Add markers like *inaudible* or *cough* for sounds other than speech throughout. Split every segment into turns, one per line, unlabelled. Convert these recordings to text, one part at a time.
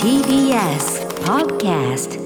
TBS Podcast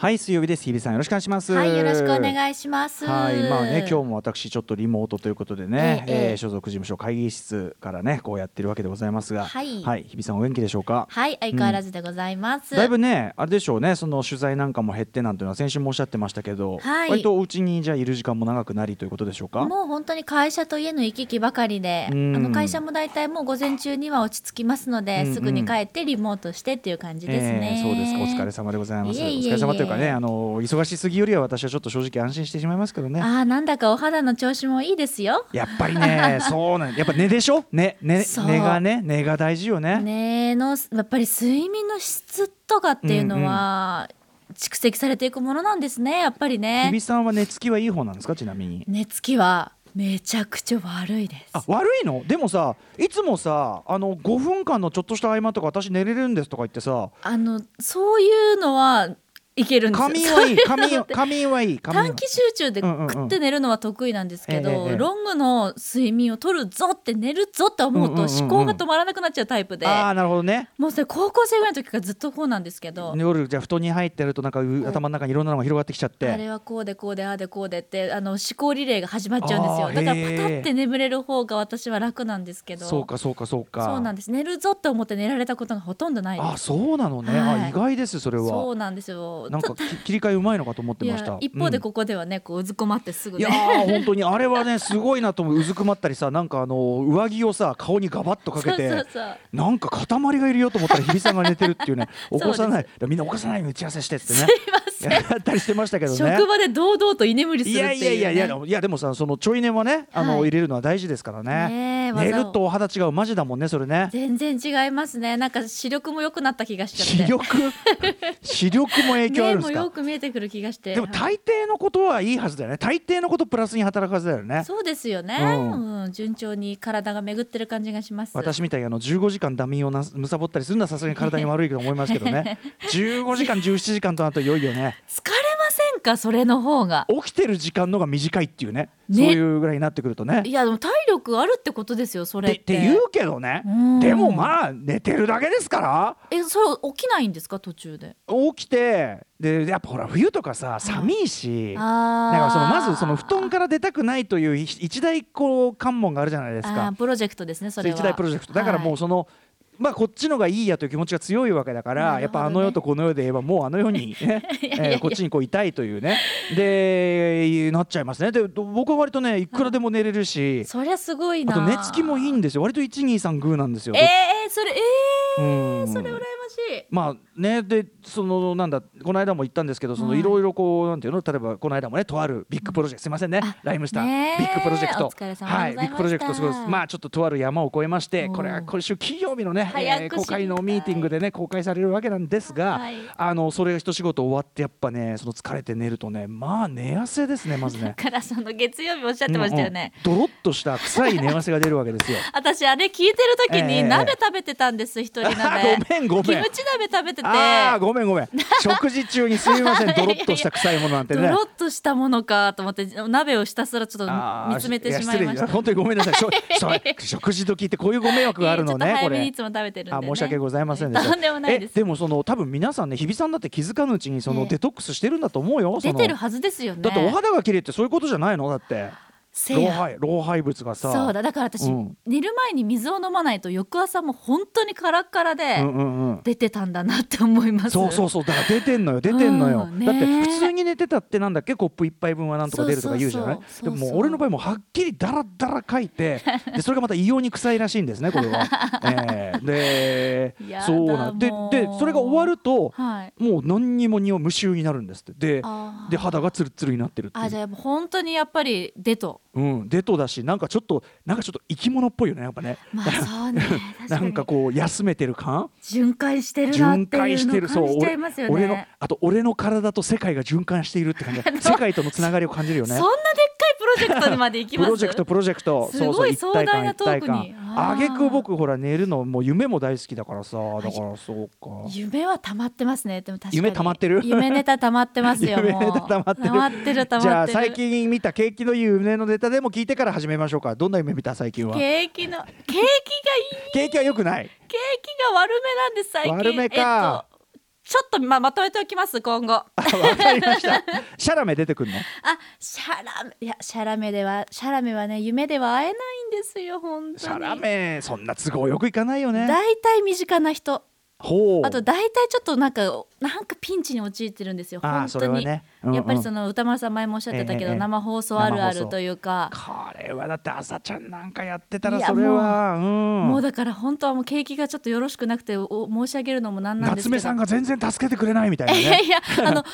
はい、水曜日です。日比さん、よろしくお願いします。
はい、よろしくお願いします。
はい、まあね、今日も私ちょっとリモートということでね、
え
え
ええ
ー
え
所属事務所会議室からね、こうやってるわけでございますが。
はい
日比さん、お元気でしょうか。
はい、相変わらずでございます。
だいぶね、あれでしょうね、その取材なんかも減ってなんていうのは先週もおっしゃってましたけど、
はい
割とお家にじゃあいる時間も長くなりということでしょうか。
もう本当に会社と家の行き来ばかりで、あ
うん
の会社も大体もう午前中には落ち着きますので、
うんうん
すぐに帰ってリモートしてっていう感じです
え
ね。
えそうですかお疲れ様でございます
いえいえい
お疲
え
れ様というかねあの忙しすぎよりは私はちょっと正直安心してしまいますけどね
*laughs* ああ、なんだかお肌の調子もいいですよ。
やっぱりねそうなんやっぱ寝でしょ寝寝
そう
寝がね寝が大事よね
ねのやっぱり睡眠の質とかっていうのは、蓄積されていくものなんですね。やっぱ
日
り
比
ね。
さんは寝つきはいい方なんですかちなみに
寝つきはめちゃくちゃ悪いです。
あ悪いのでもさいつもさあの5分間のちょっとした合間とか私寝れるんですとか言ってさ
あのそういうのはいけるんですよ
仮眠
*laughs*
はいい仮眠仮眠はいい仮眠は
短期集中で
うんうんうん
食って寝るのは得意なんですけど、
ええええ
ロングの睡眠を取るぞって寝るぞって思うと
うんうんうんうん
思考が止まらなくなっちゃうタイプで、
ああなるほどね
もうそれ高校生ぐらいの時からずっとこうなんですけど、
夜じゃあ布団に入ってるとなんかう頭の中にいろんなのが広がってきちゃっ
あ
て
れはこうでこうでああでこうでってあの思考リレーが始まっちゃうんですよ
あー
だから
へ
パ
え
タって眠れる方が私は楽なんですけど
そうかそうかそうか
そうなんです寝るぞって思って寝られたことがほとんどないで
あ
す
そうなのね、
はい
あ意外ですそれ
そ
は
うなんですよ
なんかき切り替えうまいのかと思って
い
ました
や一方で
うん
ここではねこううずこまってすぐ
い
ね
やー本当にあれはねすごいなと思ううずくまったりさなんかあの上着をさ顔にガバッとかけて
そうそうそう
なんか塊がいるよと思ったら日比さんが寝てるっていうね
*laughs* そ
起
うです
こさないみんな起こさないように打ち合わせしてってね
すいません
やったりしてましたけどね
職場で堂々と居眠りするっ
い
て
や
いう、ね、
いやいやいやいやでもさそのちょい寝はねあの、
はい
入れるのは大事ですからね
ねえ
寝
技を
るとお肌違うマジだもんねそれね
全然違いますねなんか視力も良くなった気がしちゃって
視力 *laughs* 視力も影響あ
目
るんで
も
す
よ
か
く見えてくる気がして
でも
はい
大抵のことはいいはずだよね大抵のことプラスに働くはずだよね
そうですよね、
う
うんん順調に体が巡ってる感じがします
私みたいにあの15時間ダミーをなむさぼったりするのはさすがに体に悪いと思いますけど
*laughs*
ね15時間17時間となるといよいよね
疲れませんかそれの方が
起きてる時間のが短いっていうね
ね
そういうぐらいになってくるとね
いやでも体力あるってことですよそれ
で
っ
ってて言うけどね
うん
でもまあ寝てるだけですから
えそれ起きないんですか途中で
起きてでやっぱほら冬とかさ寒いし
あ
だ
ー
からそのまずその布団から出たくないという一大こう関門があるじゃないです
あ
か
ープロジェクトですねそれは
一大プロジェクトだからも
は
う
い
その、まあこっちのがいいやという気持ちが強いわけだから、
なるほどね
やっぱあの世とこの世で言えばもうあの世に、
*laughs*
ね
いやいやいや
えーこっちにこういたいというねでなっちゃいますねで僕は割とねいくらでも寝れるし、
そりゃすごい
あ
な
と寝つきもいいんですよ割と123グーなんですよ。
えー、それえー
うん
それ羨ましい
まあねでそのなんだこの間も言ったんですけどその
はい
いろいろこうなんていうの例えばこの間もねとあるビッグプロジェクトすいませんね
あ
ライムスタ
ね
ー
え
ビッグプロジェクト
お疲れ様でございました
はいビッグプロジェクトすごいですまあちょっととある山を越えまして
おー
これは今週金曜日のね
早く
ー公開
知り
の
たい
ミーティングでね公開されるわけなんですが
はい
あのそれが一仕事終わってやっぱねその疲れて寝るとねまあ寝汗ですね
*laughs*
まず
だ
ね
からその月曜日おっしゃってましたよね、
うんうんドロッとした臭い寝汗が出るわけですよ
私あれ聞いてる時
ええ
に鍋食べてたんです、一人
あ
鍋
ごめんご
キ
めん
ムチ鍋食べてて
ああごめんご
*laughs*
めん食事中にすいません
いやい
ド
や
ロッとした臭いものなんて
ド
ね
ロッとしたものかと思って鍋をひたすらちょっ
あ
と
ー
見つめてしまいまし
や失
た
礼本当にごめんなさい。し
*laughs*
ょそう食事時ってこういうご迷惑があるの
い
ね
やちょっと
こ
早めに
れ
い。つも食べてるんで、
あ
ね、
申し訳ございませんでした。
とんでもないです
えでもその多分皆さんね日比さんだって気づかぬうちにその
ええ
デトックスしてるんだと思うよ。そ
出
の
てるはずですよね
だってお肌が綺麗ってそういうことじゃないのだって
せ
老
や
廃老廃物がさ。
そうだだから私、
うん
寝る前に水を飲まないと翌朝も本当にカラッカラで
うんうんうん。
出てたんだなって思います、
そうそうそうだから出てんのよ出てんのよ、
うんね
だって普通に寝てたってなんだっけコップ一杯分はなんとか出るとか言うじゃない
そうそ
で
うそう
もも
そう
う
そう
俺の場合もうはっきりダラダラ書い
*laughs*
てでそれがまた異様に臭いらしいんですねこれは、えーで
やだ
そうなんで
もう
でそれが終わると
はい
もう何にも匂い無臭になるんですってで
あー
で肌がツルツルになってるって
あ
い
じ
う、
ゃあやっぱ本当にやっぱり出と
うん、デトだしなんかちょっとなんかちょっと生き物っぽいよねやっぱね
ま *laughs* あそうね確
なんか
かに
こう休めてる感
巡回してるなっ
巡
てい
回
う
し
の
て
を
る
感じちゃいますよね
俺
*laughs*
のあと俺の体と世界が循環しているって感じ世界とのつながりを感じるよね
そんなでっかいプロロジェクトにまで行き
プ
ます
ロジェクトプロジェクト
すごい
そうそう一体感
壮大な
一
トー
体
クに
感
あ
あ
ー
げく僕ほら寝るのもう夢も大好きだからさだからそうか
夢は溜まってますねでも確かに
夢溜まってる
夢ネタ溜まってますよ
夢
もう
ネ
*laughs*
タ溜まってる
溜まってる溜まってる
じゃあ最近見た景気のいい夢のネタでも聞いてから始めましょうかどんな夢見た最近は
景気の景気がいい
景気は良くない
景気が悪めなんです最近
悪めか
えっとちょっとまあまとめておきます今後
あわかりま
*laughs*
したシャラメ出てくんの
あシャラメいやシャラメではシャラメはね夢では会えないんですよ本当に
シャラメそんな都合よくいかないよね
大体身近な人
ほう
あと大体ちょっとなんかなんかピンチに陥ってるんですよ
あ
本
ーそ
当
れは
に、
ねうんうん
やっぱりその歌丸さん前もおっしゃってたけど、
ええええ
生放送ある
生
あ
放
る
送
というか、
これはだって朝ちゃんなんかやってたら
いや
それはう
もうんだから本当はもう景気がちょっとよろしくなくてお申し上げるのもなんなんです
*laughs* 夏
けど
目さんが全然助けてくれないみたいない
*laughs* や
ね
いやあの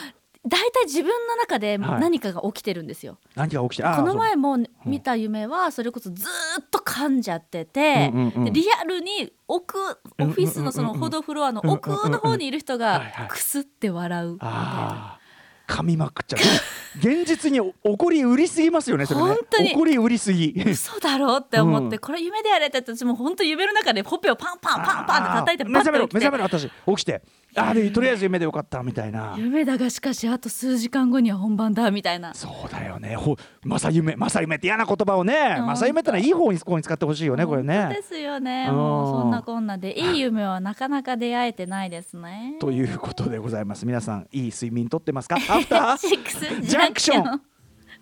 大体自分の中で
はい
何かが起きてるんですよ、
何が起きてあー
この前も見た夢はそれこそずーっと噛んじゃってて、
うんうんうん
でリアルに奥オフィスのその報道フロアの奥の方にいる人
うんうんうんうんはいは
が
い
くすって笑うみたいな。
ああ噛みまくっちゃう現実に怒り売りすぎますよねそれね
本当に
怒り売りすぎ
嘘だろうって思って、
うん
これ夢でやれって私もう本当夢の中でほっぺをパンパンパンパンって叩いて
あー
パ
目
ッ
覚め
と
ろ
起
目
きて
覚めろ私起きてああでとりあえず夢でよかったみたいな
夢だがしかしあと数時間後には本番だみたいな
そうだよねほ正夢正夢って嫌な言葉をね
うん
正夢ってのはいい方にこうに使ってほしいよねこれ
本当
ね
ですよね
うん
もうそんなこんなでいい夢はなかなか出会えてないですね
ということでございます皆さんいい睡眠とってますかアフター
シックス
ジャンクション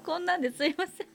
こんなんですいません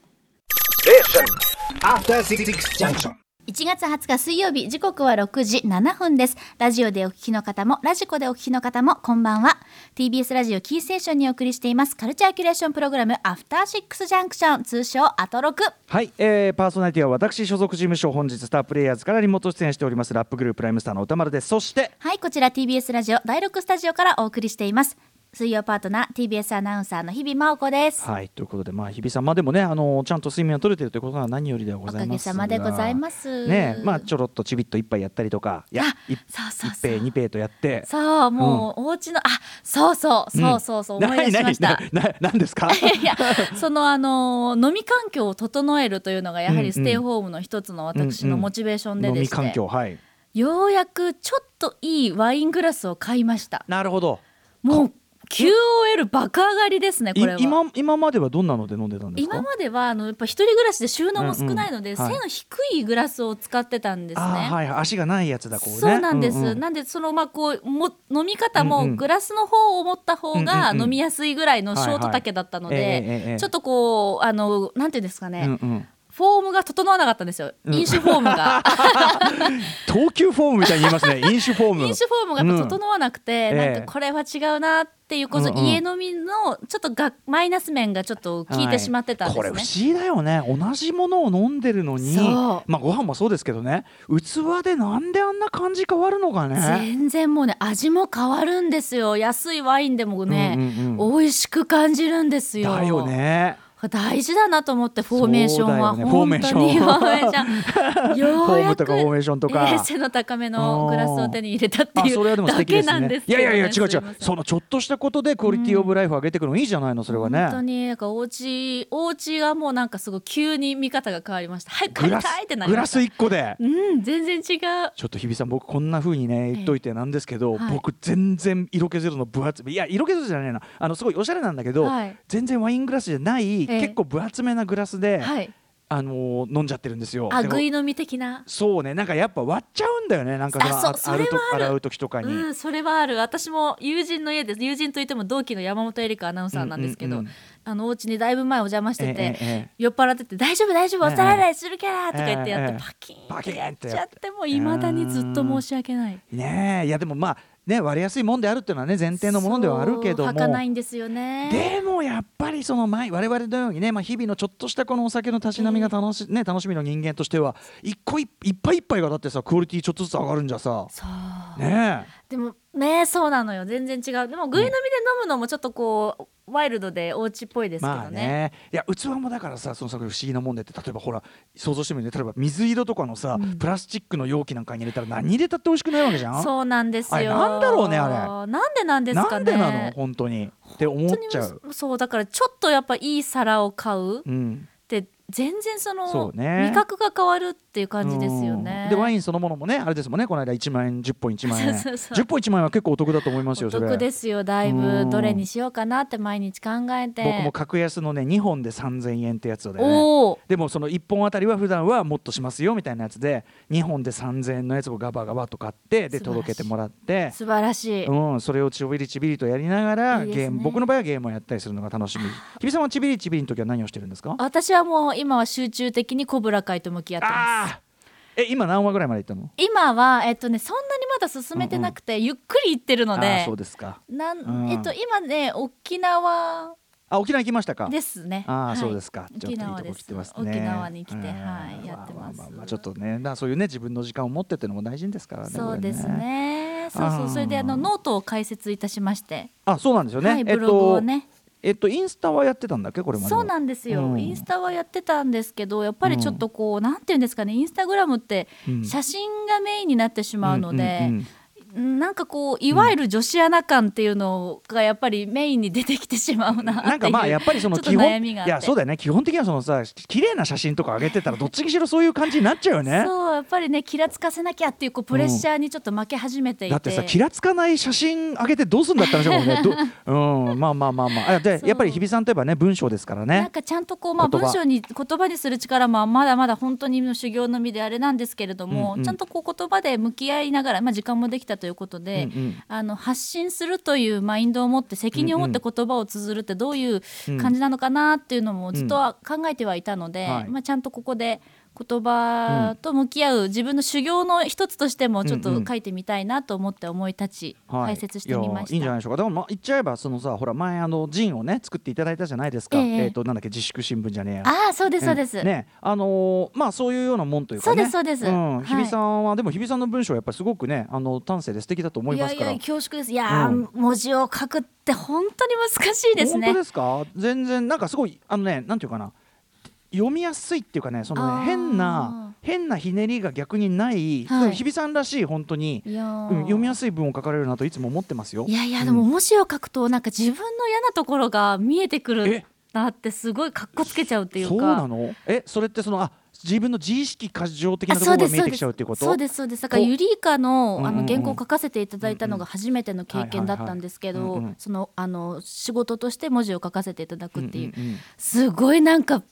After Six Junction.
1月20日水曜日時刻は6時7分ですラジオでお聞きの方もラジコでお聞きの方もこんばんは TBS ラジオキーステーションにお送りしていますカルチャーキュレーションプログラムアフターシックスジャンクション通称アトロク
はい、えー、パーソナリティは私所属事務所本日スタープレイヤーズからリモート出演しておりますラップグループライムスターの歌丸ですそして
はいこちら TBS ラジオ第6スタジオからお送りしています水曜パートナー TBS アナウンサーの日々真央子です
はいということでまあ日比さんまあでもねあのちゃんと睡眠を取れてるということは何よりではご
お
ざい
か
ま
げ
す
さまでございますす
ねえまあちょろっとちびっと一杯やったりとかいや
あ
い
そうそうそう
一杯二杯とやって
そうもうお家のあそうそうそうそうそう思い出しました
何何何ですか
*laughs* いやそのあの飲み環境を整えるというのがやはりステイホームの一つの私のモチベーションで
飲
で
み
して、
環境はい
ようやくちょっといいワイングラスを買いました
なるほど
もう QOL 爆上がりですね
い
これは
今今まではどんなので飲んでたんですか
今まではあのやっぱ一人暮らしで収納も少ないので、
うんうんはい
背の低いグラスを使ってたんですね。
あーはいはい足がないやつだこうね
そうなんです、
ん
なんでそのまあこうも飲み方
う
も
んうん
グラスの方を持った方が
うんうんうん
飲みやすいぐらいのショート丈だったの
はいはいえええええ
で
え
ちょっとこうあのなんていうんですかね、
うんうん
フォームが整わなかったんですよ飲酒フォームが
投球フォームみたいに言います
*laughs*
ね飲酒フォーム
飲酒フォームがやっぱ整わなくて、
うんええ
なんかこれは違うなっていうこそ、
うんうん
家飲みのちょっとがマイナス面がちょっと効いてしまってたんですね、
はいこれ不思議だよね同じものを飲んでるのに
そ
まあご飯もそうですけどね器でなんであんな感じ変わるのかね
全然もうね味も変わるんですよ安いワインでもね、
うん
美味しく感じるんですよ
だよね
大事だなと思ってフォーメーションは、
そうだよね
本当に
フ
フ
ォー
ォー
メー
メー
シ
シ
ョ
ョンよ
*laughs* フォ
う
ー
や
ム
く
とかフォーメーションとか
えー背の高めのグラスを手に入れたって
あ
い
それはで
う
も素
だ
敵
け
です
なん
ね
です
い
けど
やい
ね
やいや違う違
すいうません
そのちょっとしたことでクオリティオブライフを上げていくのいいじゃないのそれはね
本当になんかお家お家がもうなんかすごい急に見方が変わりましたはい帰
グ
りた
ラス
いってなり
グ
ま
ラ
し
ス
た
1個で
うん全然違う
ちょっと日比さん僕こんな風にね言っといてなんですけど、
はい
僕全然色気ゼロの分厚めいや色気ゼロじゃないなあのすごいおしゃれなんだけど、
はい
全然ワイングラスじゃない、
ええ
結構分厚めなグラスで、
はい
あのー飲んじゃってるんですよ。
あ
でも
ぐい飲み的な
そうねなんかやっぱ割っちゃうんだよねなんか
あそうそれは
と
ある
洗う時とかに。
うん、それはある私も友人の家です友人といっても同期の山本エリカアナウンサーなんですけ
う
ど、
んうんうん
あのお家にだいぶ前お邪魔して
え
て、
えええ
酔っ払ってて「大丈夫大丈夫お皿洗いするから」とか言ってやって、
ええ
パキーン
パキーンって
やっちゃってもいまだにずっと申し訳ない。
ねえいやでもまあね割れやすいもんであるっていうのはね前提のものではあるけども
そう儚いんですよね。
でもやっぱりその前我々のようにね、まあ、日々のちょっとしたこのお酒のたしなみが楽し,、ね、楽しみの人間としては一個いいっぱいいっぱいがだってさクオリティちょっとずつ上がるんじゃさ
そう
ね
でもねそうなのよ全然違うでもぐい飲みで飲むのもちょっとこうワイルドでお家っぽいで
え
すけどね,、
まあねいや器もだからさその作品不思議なもんでって例えばほら想像してみるね例えば水色とかのさ、プラスチックの容器なんかに入れたら何入れたって美味しくないわけじゃん。
そうなんです
あれ
よ
なんだろうねあ
れなんでなんですか
な
ね
んでなの本当にって思っちゃう。
そうだからちょっとやっぱいい皿を買うっ
うん、
て全然その
そうね
味覚が変わるっていう感じですよね
うん。でワイ
ン
ンそのものもねあれですもんねこの間1万円10本1万円
*laughs* そうそうそう
10本1万円は結構お得だと思います
お
よそれ
得ですよだい
うん
ぶどれにしようかなって毎日考えて
僕も格安のね2本で3000円ってやつをね
おお
でもその1本あたりは普段はもっとしますよみたいなやつで2本で3000円のやつをガバガバと買ってで
素晴らしい
届けてもらって、
素晴らしい、
うん、それをちびりちびりとやりながら
いいです
ゲ
ね
ーム僕の場合はゲームをやったりするのが楽しみ日比さんはちびりちびりの時は何をしてるんですか
私はもう今は集中的にコブラ会と向き合ってます
あーえ今何話ぐらいまでいったの
今はえっとねそんなにまだ進めてなくて、ゆっくり行ってるの
あー
で
そうですか
なん、
うん
えっと今ね沖縄
あ沖縄行きましたか
ですね。
ああ、
はい
そうですか。ちょっとい
沖
いと
縄
こ
で
来
す。
てますね。
沖縄に来て、
うん
はい、やってます。
あああああちょっとね、だからそういうね自分の時間を持ってってのも大事ですからね。
そう
これ
です。ね。そうそ
あー
う、それであのノートを解説いたしまして、
あ、そうなんですよね。
はい、ブログをね。
えっとえっとインスタはやってたんだっけこれまでも。
そうなんですよ、
うん
インスタはやってたんですけどやっぱりちょっとこう、なんていうんですかねインスタグラムって
うん
写真がメインになってしまうので、
うんうんうん
なんかこういわゆる女子アナ感っていうのがやっぱりメインに出てきてしまうなっていう
*laughs* なんかまあやっぱりその
*laughs* ちょっと
基本
悩み
い
があって
やそうだよね基本的にはそのさ綺麗な写真とか上げてたらどっちにしろそういう感じになっちゃうよね。
そうやっぱりね気らつかせなきゃっていうこうプレッシャーにちょっと負け始めていて、
だってさきらつかない写真上げてどうすんだって話だもんね。
*laughs*
どうんまあまあまあまあ。あで
そう
やっぱり日比さんといえばね文章ですから
なん
ね。
かちゃんとこう、まあ、
言葉
文章に言葉にする力もまだまだ本当に修行の身であれなんですけれども、
うんうん
ちゃんとこう言葉で向き合いながら、まあ、時間もできたということで、
うんうん
あの発信するというマインドを持って責任を持って言葉を綴るってどういう
うん
感じなのかなっていうのもずっとは考えてはいたので、
はい
まあ、ちゃんとここで言葉と向き合う自分の修行の一つとしてもちょっ
うんう
と
ん
書いてみたいなと思って思い立ち、
はい
解説してみました。
いやいいんじゃないでしょうか。でもまあ言っちゃえばそのさほら前あのジンをね作っていただいたじゃないですか。
ええ
えっ、となんだっけ自粛新聞じゃねえや。
ああそうですそうです、
うんねあのーまあそういうようなもんというかね。
そうですそうです
ん、
はい
日比さんは、でも日比さんの文章はやっぱりすごくねあの端正で素敵だと思いますから。
やいや恐縮です。いやー、
うん
文字を書くって本当に難しいですね。
本当ですか。全然なんかすごいあのねなんていうかな。読みやすいっていうかね、その
あ
ね
ー
変な変なひねりが逆にない、
はい
日比さんらしい本当に、
いやー、
うん、読みやすい文を書かれるなといつも思ってますよ。
いやいやでも
うん
文字を書くとなんか自分の嫌なところが見えてく
え
るなってすごいかっこつけちゃうっていうか。
そうなのえそれってそのあ自分の自意識過剰的
あ
なとこ
そう
ろが
です
見えてきちゃうっていうこと
そうですそうですだからユリイカ
うん
の
うん
あ
うん
の原稿を書かせていただいたのが初めての経験だったんですけ
はいはいはい
ど
うんうん
そのあの仕事として文字を書かせていただくっていう
うんうんうん
すごいなんか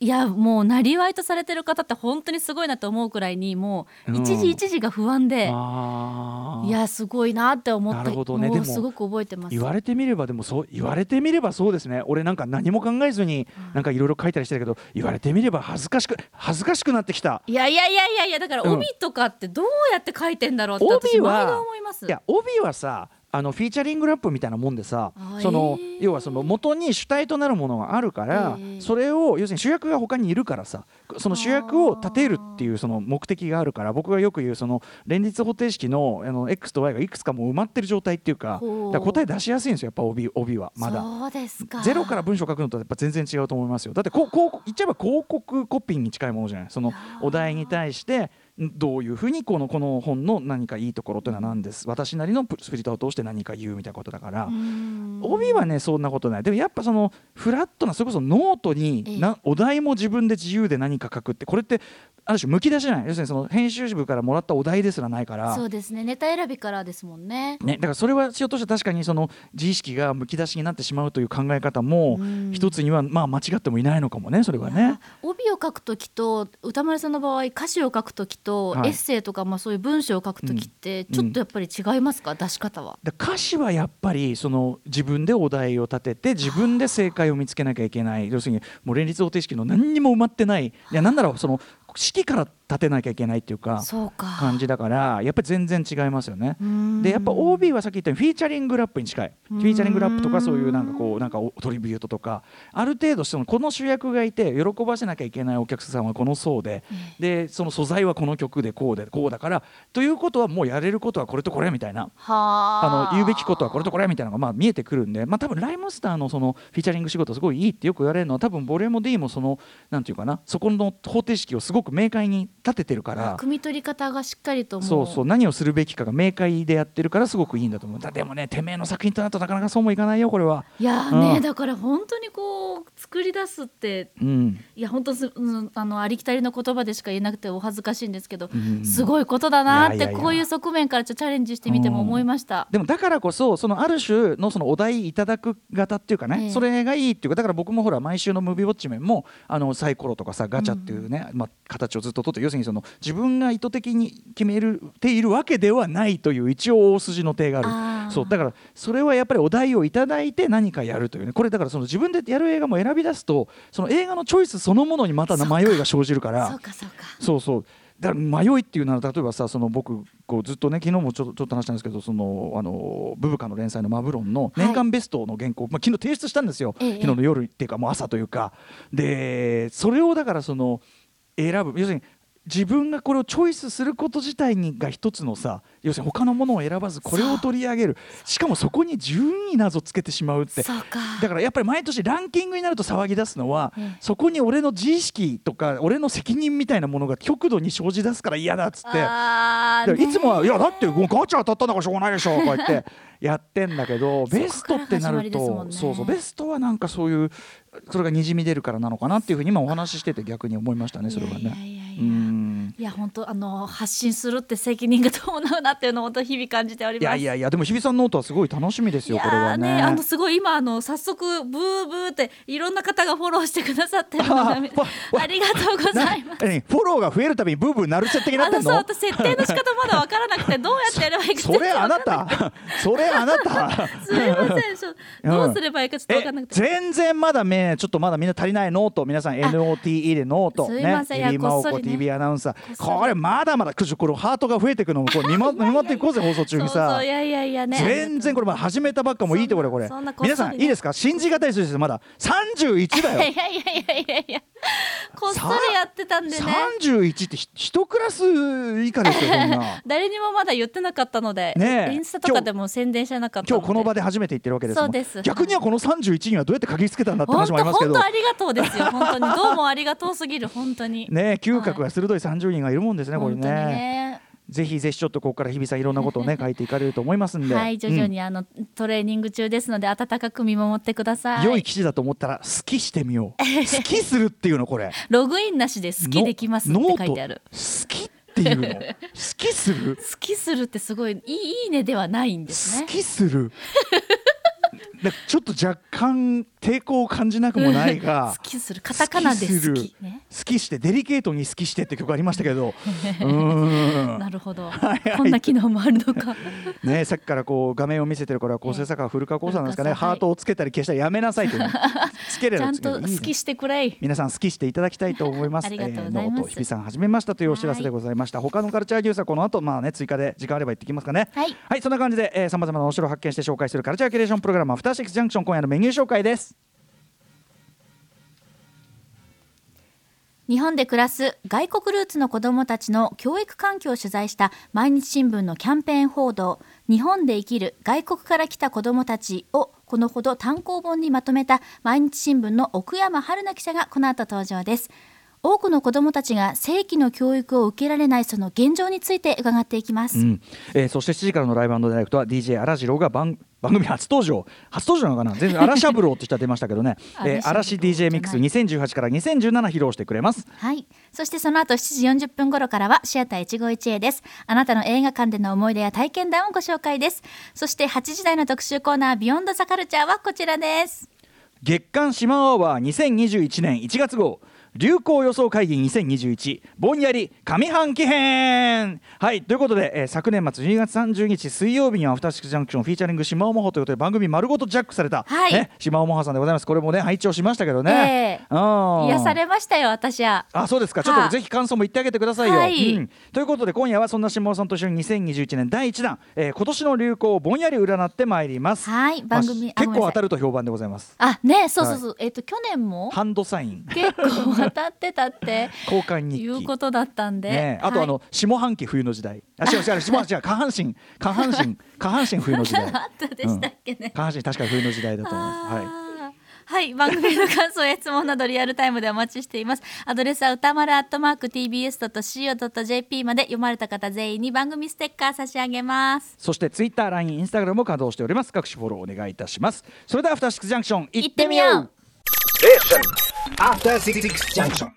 いやもうなりわいとされてる方って本当にすごいなと思うくらいにも
うん
う一時一時が不安で、
あー
いやすごいなって思っ
な
て
るほどね
も
で
う
も
すごく覚えてます
言われてみればでもそう言われてみればそうですね俺なんか何も考えずになんかいろいろ書いたりしてたけど言われてみれば恥ずかしく恥ずかしくなってきた。
いやいやいやいやいやだから
うん
帯とかってどうやって書いてんだろうって
帯
私毎
は
度思います
いや帯はさあのフィーチャリングラップみたいなもんでさ
あ
その、
えー
要はその元に主体となるものがあるから、
えー
それを要するに主役が他にいるからさその主役を立てるっていうその目的があるから僕がよく言うその連立方程式のあの x と y がいくつかもう埋まってる状態っていうか
ほう
だから答え出しやすいんですよやっぱ帯帯はまだ。
そうですか
ゼロから文章書くのとやっぱ全然違うと思いますよだってこうこう言っちゃえば広告コピーに近いものじゃないそのお題に対してんどういうふうにこのこの本の何かいいところというのは何です私なりのプスピリットを通して何か言うみたいなことだから
うーん
帯はねそんなことないでもやっぱそのフラットなそれこそノート
え
に
え
なお題も自分で自由で何か書くってこれってある種むき出しじゃない要するにその編集部からもらったお題ですらないから
そうですねネタ選びからですもんね
ね、だからそれはしようとしては確かにその自意識がむき出しになってしまうという考え方も
うん
一つにはまあ間違ってもいないのかもねそれはね。
帯を書くときと歌丸さんの場合歌詞を書くときと、
はい
エッセイとか、まあ、そういう文章を書くときって、
うん
ちょっとやっぱり違いますか、出し方は。
だから歌詞はやっぱりその自分でお題を立てて自分で正解を見つけなきゃいけない要するにもう連立方程式の何にも埋まってないいやなんならその式から立てなきゃいけないっていうか
そうか
感じだからやっぱり全然違いますよね。で
で
やっぱ OB はさっき言ったようにフィーチャリングラップに近いフ
うん
ィーチャリングラップとかそういうなんかこうなんかおトリビュートとかある程度そのこの主役がいて喜ばせなきゃいけないお客さんはこの層ででその素材はこの曲でこうでこうだからということはもうやれることはこれとこれみたいな。あの
は
言うべきことはこれとこれみたいなのがまあ見えてくるんで、まあ、多分ライムスターのそのフィーチャリング仕事すごいいいってよく言われるのは多分ボリューム D もそのなんていうかなそこの方程式をすごく明快に立ててるから
汲み取り方がしっかりとも
そうそう何をするべきかが明快でやってるからすごくいいんだと思うだでもねてめえの作品となるとなかなかそうもいかないよこれは。
いやーね、
うん
だから本当にこう作り出すって
うん
いや本当す、うんあのありきたりの言葉でしか言えなくてお恥ずかしいんですけど、
うん
すごいことだなって
いやいやいや
こういう側面からちょっとチャレンジしてみても思いました。
でもだからこそそのある種のそのお題いただく型っていうかね、
ええ
それがいいっていうかだから僕もほら毎週の「ムービーウォッチメンも」あのサイコロとかさガチャっていうね、まあ、形をずっと取って要するにその自分が意図的に決めるているわけではないという一応大筋の手があ
あー
るそうだからそれはやっぱりお題をいただいて何かやるというねこれだからその自分でやる映画も選び出すとその映画のチョイスそのものにまた迷いが生じるから。
そうかそうか。
そうそうだから迷いっていうなら例えばさその僕こうずっとね昨日もちょっとちょっと話したんですけどそのあのブブカの連載の「マブロン」の年間ベストの原稿、まあ、昨日提出したんですよ、
ええ
昨日の夜っていうかもう朝というかでそれをだからその選ぶ要するに自分がこれをチョイスすること自体にが一つのさ要するに他のものを選ばずこれを取り上げるしかもそこに順位謎つけてしまうって
そうか。
だからやっぱり毎年ランキングになると騒ぎ出すのは、
ええ
そこに俺の自意識とか俺の責任みたいなものが極度に生じ出すから嫌だっつって。
あ
だ
ー
からいつも
ね
は「いやだってもうガチャ当たったんだからしょうがないでしょ」とか言って *laughs* やってんだけどベストってなる
そっから始ま
と
りですも
そ
ん
う
ね
そうベストはなんかそういうそれがにじみ出るからなのかなっていうふうに今お話ししてて逆に思いましたねそれはい
や
ね。
いやいうやいや。
ん
いや本当あの発信するって責任が伴うなっていうのを本当日々感じており
い
ま
や
す。
いやいやでも日比さんノートはすごい楽しみです
い
よ
や
これは
ーね
ね。
あのすごい今あの早速ブーブーっていろんな方がフォローしてくださってるのが
あ
見
わわ
ありがとうございます。
な何フォローが増えるたびにブーブーなる設定にな
あ
って
の
ん
そ
の
う私設定の仕方まだ分からなくてどうやってやれば *laughs* いいか
それあな
た
たそれあな
*laughs*
た
すいませんそう
うん
どうすればいいかちょっと分
え
からなくて。
全然まだねちょっとまだみんな足りないノート皆さん NOTE でノート
すい
ね
ませんいや
リマオ
こ
コ
っそりね
TV アナウンサ
っ
ー
そり
これまだまだくじこれハートが増えていくのもこ
*laughs*
れ見守見守っていこうぜ放送中
そう
に
そ
さ
ういやいやいやね
全然これまだ始めたばっかもういいところこれ
そんなこっそりね
皆さんいいですか信じがたい数字ですまだ31だ
いや
よ
いやいやいやいやこっそりやってたんでね
31ってひ一クラス以下ですよこん
*laughs*
な
誰にもまだ言ってなかったので、
ねえ
インスタとかでも宣伝してなかった
今
の
日
で
この場で初めて言ってるわけですもん
そうです
逆にはこの31にはどうやって鍵つけたんだって
本
話
当
もありますけ
本
ど
当ありがと
*laughs*
うですよ本当にどうもありがとうすぎる本当に
ね嗅覚が鋭い30人がいるもんですね、これ
本当に
ね。
ね
ぜひぜひちょっとここから日比さんいろんなことをね書いていかれると思いますんで、
*laughs* はい徐々にあの、トレーニング中ですので温かく見守ってくだ
うん
さい
良い記事だと思った
*laughs*
ら好きしてみよう好きするっていうのこれ
ログインなしで好きできますって
の
書いてある
ノート好きっていう
*laughs*
の好きする
好きするってすごいいいいいねではないんです
好
ね
きするなんかちょっと若干抵抗を感じなくもないが
*laughs* 好きするカタカナで好きね
好きしてデリケートに好きしてって曲ありましたけ
*laughs*
どうーん
なるほど、
いはい
こんな機能もあるのか
ね、さっきからこう画面を見せてるからこう制作は古川光さんなんですかね、
ええ古川さん
ハートをつけたり消したりやめなさい
*laughs*
というつけれ
ち
ば
ゃ
い
ん
い
と好きしてくれい
皆さん好きしていただきたいと思います
ありがとうございます
ノートひびさん始めましたというお知らせでございました他のカルチャーニュースはこの後まあね追加で時間あれば行ってきますかね
はい、
そんな感じでさまざまなお城を発見して紹介するカルチャーキュレーションプログラムアフターシックスジャンクション今夜のメニュー紹介です
日本で暮らす外国ルーツの子どもたちの教育環境を取材した毎日新聞のキャンペーン報道「日本で生きる外国から来た子どもたち」をこのほど単行本にまとめた毎日新聞の奥山春菜記者がこの後登場です。多くの子どもたちが正規の教育を受けられないその現状について伺っていきます。
うんえーそして7時からのライブダイレクトは DJ 荒次郎が番番組初登場初登場なのかな全
*laughs*
然荒しゃぶろうって人は出ましたけどね、えー、嵐 DJ ミックス2018から2017披露してくれます
はい。そしてその後7時40分頃からはシアター一期一会です。あなたの映画館での思い出や体験談をご紹介です。そして8時台の特集コーナービヨンドザカルチャーはこちらです。
月刊シマアワー2021年1月号流行予想会議2021ぼんやり上半期編はいということで、えー昨年末12月30日水曜日にはアフターシックスジャンクションフィーチャリングシマオモホということで番組丸ごとジャックされた、
はい
ね、シマオモハさんでございますこれもね拝聴しましたけどね、
え
うん
癒されましたよ、私は。
あそうですかちょっ
は
と
あ
ぜひ感想も言ってあげてくださいよ。
はい
うんということで今夜はそんな下尾さんと一緒に2021年第1弾、えー今年の流行をぼんやり占ってまいります。
はい
まあ
番組あ
結
ごめんな
構
さい
当たると評判でございます。
あ、ね、そうそうそう。えっ、と、去年も
ハンドサイン
結構渡ってた
*laughs*
って。
交換日記。
いうことだったんで、
ねえ、あとあの、下半期冬の時代あ違う違う下半期違う下半身下半
*laughs*
身下半身冬の時代
あったでしたっけね。
下半身確かに冬の時代だと思います、はい、
あーはい番組の感想や質問などリアルタイムでお待ちしていますアドレスは歌丸アットマーク TBS.CO.JP まで読まれた方全員に番組ステッカー差し上げます
そしてツイッター、LINE、インスタグラムも稼働しております。各種フォローお願いいたします。それではアフターシックスジャンクション行ってみよう。
う
After Six Junction.